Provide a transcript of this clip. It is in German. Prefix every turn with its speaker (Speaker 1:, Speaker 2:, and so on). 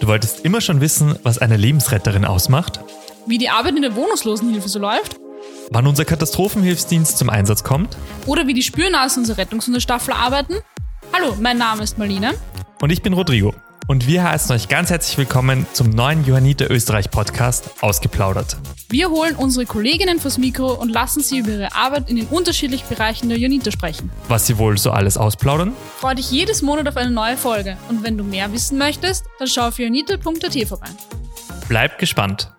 Speaker 1: Du wolltest immer schon wissen, was eine Lebensretterin ausmacht,
Speaker 2: wie die Arbeit in der Wohnungslosenhilfe so läuft
Speaker 1: wann unser Katastrophenhilfsdienst zum Einsatz kommt
Speaker 2: oder wie die Spürnasen unserer Rettungshundestaffel arbeiten. Hallo, mein Name ist Marlene.
Speaker 1: und ich bin Rodrigo. Und wir heißen euch ganz herzlich willkommen zum neuen Johanniter Österreich Podcast Ausgeplaudert.
Speaker 2: Wir holen unsere Kolleginnen vors Mikro und lassen sie über ihre Arbeit in den unterschiedlichen Bereichen der Jonita sprechen.
Speaker 1: Was sie wohl so alles ausplaudern?
Speaker 2: Freue dich jedes Monat auf eine neue Folge und wenn du mehr wissen möchtest, dann schau auf jonita.at vorbei.
Speaker 1: Bleibt gespannt.